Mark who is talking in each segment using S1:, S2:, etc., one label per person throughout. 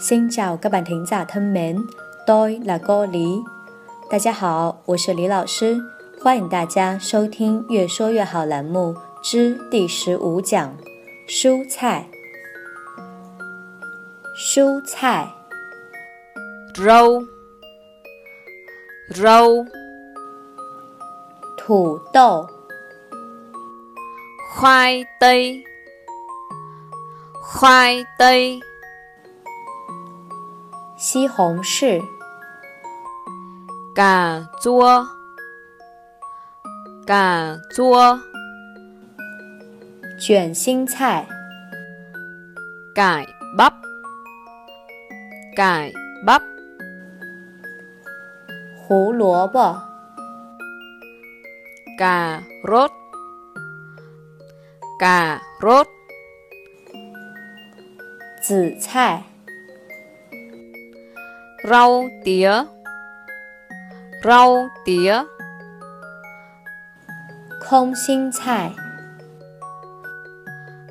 S1: Xin chào các bạn thính giả thân mến, tôi là cô Lý. 大家好，我是李老师，欢迎大家收听《越说越好》栏目之第十五讲：蔬菜。蔬菜
S2: rau rau
S1: 土豆、
S2: khoai tây khoai tây
S1: 西红柿、
S2: cà chua cà chua
S1: 卷心菜、
S2: cải bắp cải bắp
S1: 胡萝卜、
S2: cà rốt cà rốt
S1: 紫菜、
S2: rau tía rau tía
S1: 空心菜、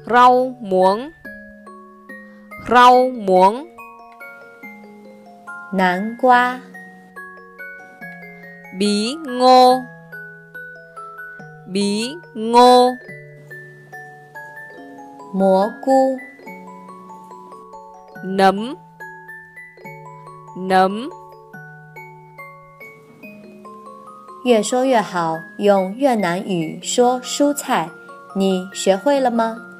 S2: rau muống rau muống
S1: 南瓜、
S2: bí ngô bí ngô
S1: 蘑菇、
S2: nấm nấm
S1: 越说越好，用越南语说蔬菜，你学会了吗？